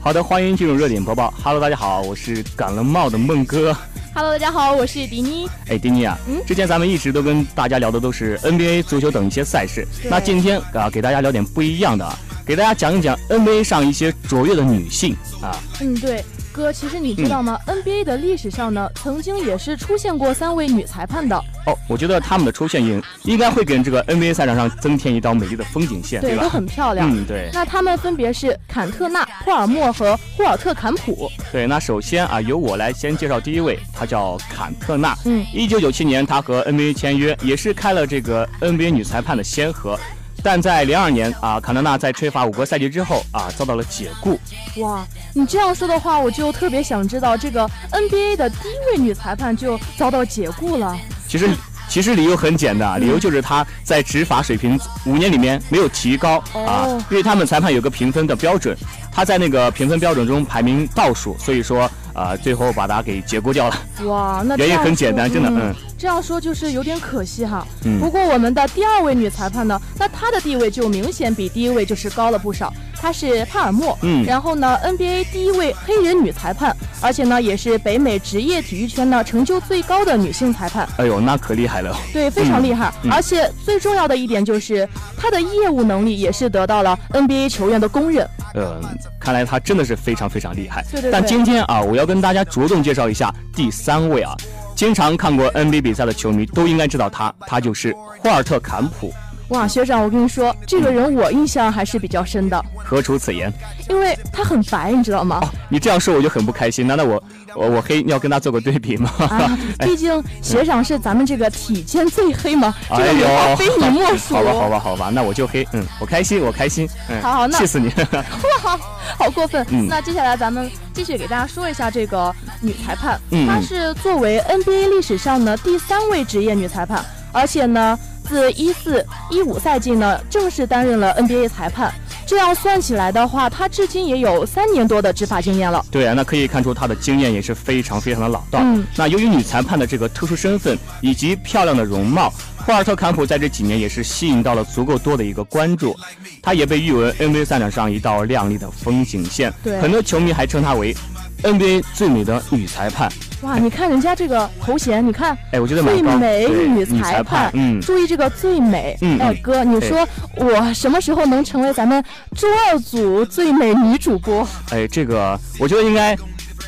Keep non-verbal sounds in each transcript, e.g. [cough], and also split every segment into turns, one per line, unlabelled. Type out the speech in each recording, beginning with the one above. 好的，欢迎进入热点播报。Hello，大家好，我是感了冒的孟哥。
Hello，大家好，我是迪妮。
哎，丁尼啊，
嗯
之前咱们一直都跟大家聊的都是 NBA、足球等一些赛事，
对
那今天啊，给大家聊点不一样的啊，给大家讲一讲 NBA 上一些卓越的女性啊。
嗯，对，哥，其实你知道吗、n
嗯
b a 的历史上呢，曾经也是出现过三位女裁判的，
哦，我觉得她们的出现应应该会给这个 NBA 赛场上增添一道美丽的风景线，
对，都
吧？
很漂亮。
嗯，对
那她们分别是坎特纳、霍尔默和霍尔特坎普。
对。那首先啊，由我来先介绍第一位，她叫坎特纳。
嗯，
一九九七年，她和 NBA 签约，也是开了这个 NBA 女裁判的先河。但在零二年啊，坎特纳在吹罚五个赛季之后啊，遭到了解雇。
哇，你这样说的话，我就特别想知道这个 NBA 的第一位女裁判就遭到解雇了。
其实其实理由很简单，啊，理由就是他在执法水平五年里面没有提高啊
哦，
因为他们裁判有个评分的标准，他在那个评分标准中排名倒数，所以说啊，最后把他给解雇掉了。
哇，那
原因
这样
很简
说
单，真的，嗯，
这样说就是有点可惜哈。
嗯
不过我们的第二位女裁判呢，那她的地位就明显比第一位就是高了不少。她是帕尔默，
嗯
然后呢，NBA 第一位黑人女裁判，而且呢也是北美职业体育圈呢成就最高的女性裁判，
哎呦，那可厉害了。
对，非常厉害。
嗯
而且最重要的一点就是她的业务能力也是得到了 NBA 球员的公认。
呃，看来他真的是非常非常厉害。
对对对
但今天啊，我要跟大家着重介绍一下第三位啊，经常看过 NBA 比赛的球迷都应该知道他，他就是霍尔特坎普。
哇，学长，我跟你说，这个人我印象还是比较深的，
何出此言？
因为她很白，你知道吗？
你这样说我就很不开心。难道我我我黑要跟他做个对比吗？ [laughs] 哎
啊，毕竟学长是咱们这个体间最黑嘛，这个没
哎
法
呦
非
[laughs]
你莫属。
好吧，好吧，好吧，那我就黑，嗯，我开心，我开心，嗯，
好好那
气死你。
[laughs] 好好过分。
嗯
那接下来咱们继续给大家说一下这个女裁判，
嗯
她是作为 NBA 历史上呢第三位职业女裁判，而且呢，自一四一五赛季呢正式担任了 NBA 裁判。这样算起来的话，她至今也有三年多的执法经验了。
对啊，那可以看出他的经验也是非常非常的老道。
嗯
那由于女裁判的这个特殊身份以及漂亮的容貌，霍尔特坎普在这几年也是吸引到了足够多的一个关注，她也被誉为 NBA 赛场上一道亮丽的风景线。
对
很多球迷还称她为 NBA 最美的女裁判。
哇，你看人家这个头衔，你看
哎，我觉得蛮
最
高。
美
对
女
女
裁判，
嗯，
注意这个最美。
嗯
哎
嗯，
哥，你说我什么时候能成为咱们周二组最美女主播？
哎，这个我觉得应该，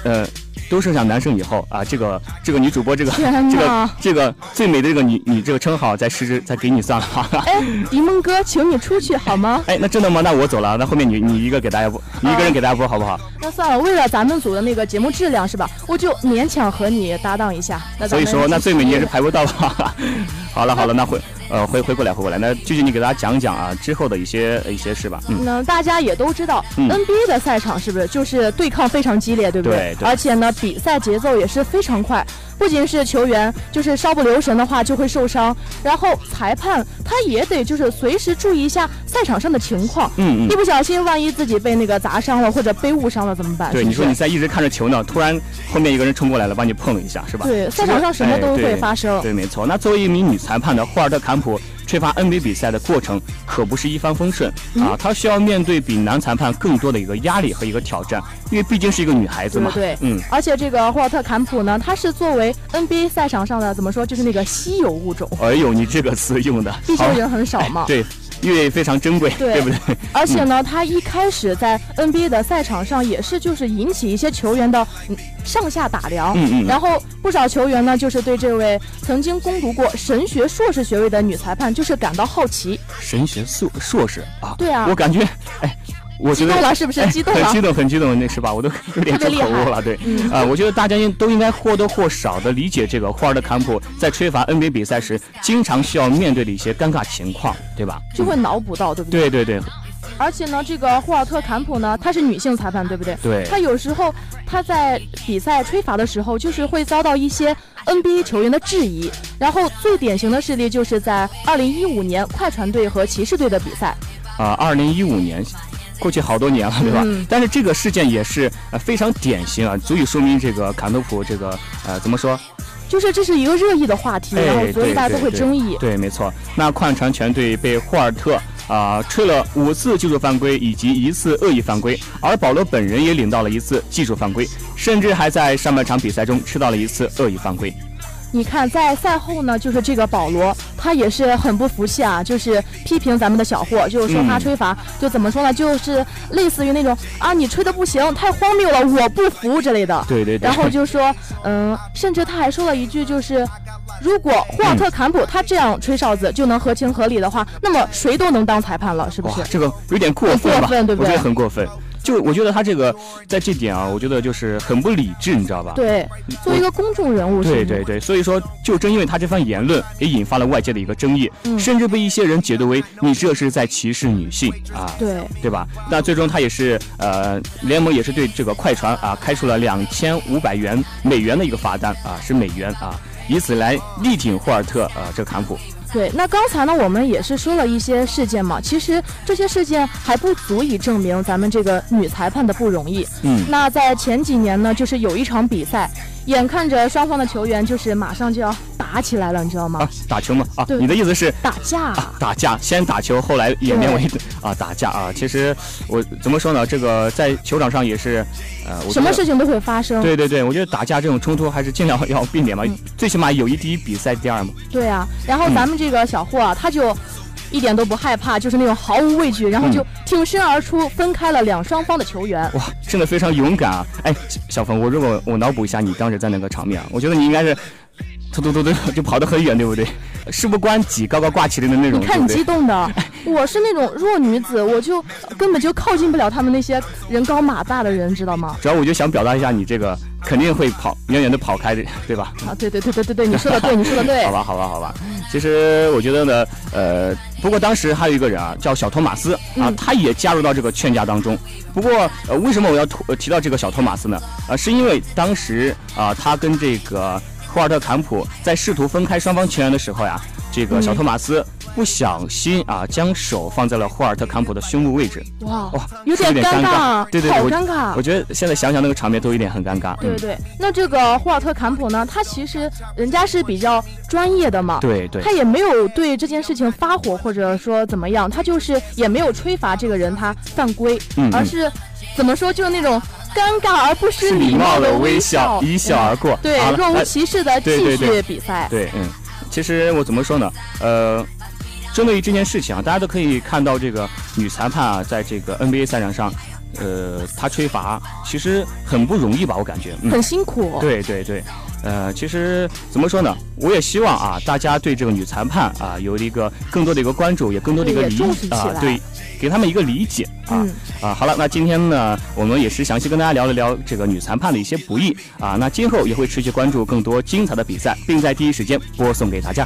呃，都生下男生以后啊，这个这个女主播这个
天
这个
哪
这个最美的这个女女这个称号，再实施再给你算了。哈哈。
哎，迪梦哥，请你出去好吗？
哎，那真的吗？那我走了，那后面你你一个给大家播，你一个人给大家播好不好？
那算了，为了咱们组的那个节目质量是吧？我就勉强和你搭档一下。那咱
所
们
以说，那最美你也是排不到吧？ [laughs] 好了好了，
那
那回呃回回过来回过来，那继续你给大家讲讲啊之后的一些一些事吧。嗯，
那大家也都知道、
嗯
n b a 的赛场是不是就是对抗非常激烈，对不
对对
而且呢，比赛节奏也是非常快，不仅是球员，就是稍不留神的话就会受伤，然后裁判他也得就是随时注意一下赛场上的情况，
嗯嗯
一不小心万一自己被那个砸伤了或者被误伤了怎么办？
对，
是
你
不是
说你在一直看着球呢，突然后面一个人冲过来了，帮你碰了一下，是吧？
对赛场上什么
哎
都
对
会发生。
对，没错。那作为一名女裁判的霍尔特坎普吹罚 NBA 比赛的过程可不是一帆风顺、
嗯
啊，她需要面对比男裁判更多的一个压力和一个挑战，因为毕竟是一个女孩子嘛。
对对
嗯，
而且这个霍尔特坎普呢，他是作为 NBA 赛场上的怎么说，就是那个稀有物种，
哎呦，你这个词用的
毕竟
好哎
人很少嘛。
对，因为非常珍贵，
对
不对？
而且呢，他一开始在 NBA 的赛场上也是就是引起一些球员的嗯上下打量，
嗯嗯
然后不少球员呢就是对这位曾经攻读过神学硕士学位的女裁判就是感到好奇。
神学硕硕士啊，
对啊
我感觉，哎，我觉
激
得
动了是不是？激
[laughs]
动
很
了
激。动，很激动，那是吧？我都有点
[laughs] 特
出
别
口
厉害嗯
误了，对，啊、我觉得大家应都应该或多或少的理解这个霍尔德坎普在吹罚 NBA 比赛时，经常需要面对的一些尴尬情况，对吧？
就会脑补到，对不对？
对对对
而且呢，这个霍尔特坎普呢，她是女性裁判，对不对？
对，
他有时候他在比赛吹罚的时候，就是会遭到一些 NBA 球员的质疑。然后最典型的事例就是在2015年快船队和骑士队的比赛。
啊，二零一五年。过去好多年了，对吧？
嗯
但是这个事件也是呃非常典型啊，足以说明这个坎特普这个呃怎么说
就是这是一个热议的话题，
哎
然后所以大家都会争议。
对，没错。那快船全队被霍尔特啊、吹了五次技术犯规以及一次恶意犯规，而保罗本人也领到了一次技术犯规，甚至还在上半场比赛中吃到了一次恶意犯规。
你看，在赛后呢，就是这个保罗，他也是很不服气啊，就是批评咱们的小霍，就是说他
嗯
吹罚，就怎么说呢，就是类似于那种啊，你吹的不行，太荒谬了，我不服之类的。
对对对
然后就说，嗯，甚至他还说了一句，就是如果霍尔特坎普他这样吹哨子就能合情合理的话，那么谁都能当裁判了，是不
[laughs] 哇
是，？
这个有点过分吧？
过分对不对
我觉得很过分。就我觉得他这个在这点啊，我觉得就是很不理智，你知道吧？
对，作为一个公众人物，
对
是吗
对对，所以说，就正因为他这番言论，也引发了外界的一个争议，
嗯
甚至被一些人解读为你这是在歧视女性啊，
对，
对吧？那最终他也是呃，联盟也是对这个快船啊开出了两千五百元美元的一个罚单啊，是美元啊，以此来力挺霍尔特呃这个坎普。
对，那刚才呢，我们也是说了一些事件嘛，其实这些事件还不足以证明咱们这个女裁判的不容易。
嗯
那在前几年呢，就是有一场比赛，眼看着双方的球员就是马上就要打起来了，你知道吗？
啊，打球嘛啊，
对
你的意思是
打架，
啊，打架，先打球，后来演变为 [laughs] 啊打架啊。其实我怎么说呢？这个在球场上也是，呃，我觉
什么
得
事情都会发生。
对对对，我觉得打架这种冲突还是尽量要避免嘛，
嗯
最起码友谊第一，比赛第二嘛。
对啊，然后
嗯
咱们这个小霍啊，他就一点都不害怕，就是那种毫无畏惧，然
嗯
后就挺身而出，分开了两双方的球员。
哇，真的非常勇敢啊！哎，小小冯，我如果我脑补一下你当时在那个场面啊，我觉得你应该是突突突突就跑得很远，对不对？事不关己，高高挂起来的那种，
你看你
对不对？
激
[laughs]
动的，我是那种弱女子，我就根本就靠近不了他们那些人高马大的人，知道吗？
主要我就想表达一下，你这个肯定会跑远远的跑开的，对吧？
啊，对对对对对对，你说的对，你说的对
好。吧，好吧，好吧。其实我觉得呢，呃，不过当时还有一个人啊，叫小托马斯啊，
嗯
他也加入到这个劝架当中。不过，呃，为什么我要突呃提到这个小托马斯呢？呃，是因为当时啊、他跟这个库尔特坎普在试图分开双方球员的时候呀，这个小
嗯
托马斯不小心啊，将手放在了霍尔特坎普的胸部位置。
哇，
哇，
有
是哦不是有
点
点
尴
尬
尬，
对对对
好
我嗯
尴尬
我。觉得现在想想那个场面都有点很尴尬。嗯
对对对，那这个霍尔特坎普呢，他其实人家是比较专业的嘛。
对对
他也没有对这件事情发火，或者说怎么样，他就是也没有吹罚这个人他犯规，
嗯
而
嗯
是怎么说，就是那种尴尬而不失
是礼
礼
貌
的
的微
笑嗯
笑，，一笑而过。
对
好，了
若
哎
无其事的
对
继
对
续
对
比赛。
对，嗯，其实我怎么说呢？呃，针对于这件事情啊，大家都可以看到这个女裁判啊，在这个 NBA 赛场上，呃，她吹罚其实很不容易吧，我感
[laughs]
觉。嗯，
很辛苦，
对对对，呃，其实怎么说呢？我也希望啊，大家对这个女裁判啊，有一个更多的一个关注，也更多的一个
对也
理
重视
解
起
啊
来，
对，给他们一个理解啊。
嗯，
啊，好了，那今天呢，我们也是详细跟大家聊了聊这个女裁判的一些不易啊。那今后也会持续关注更多精彩的比赛，并在第一时间播送给大家。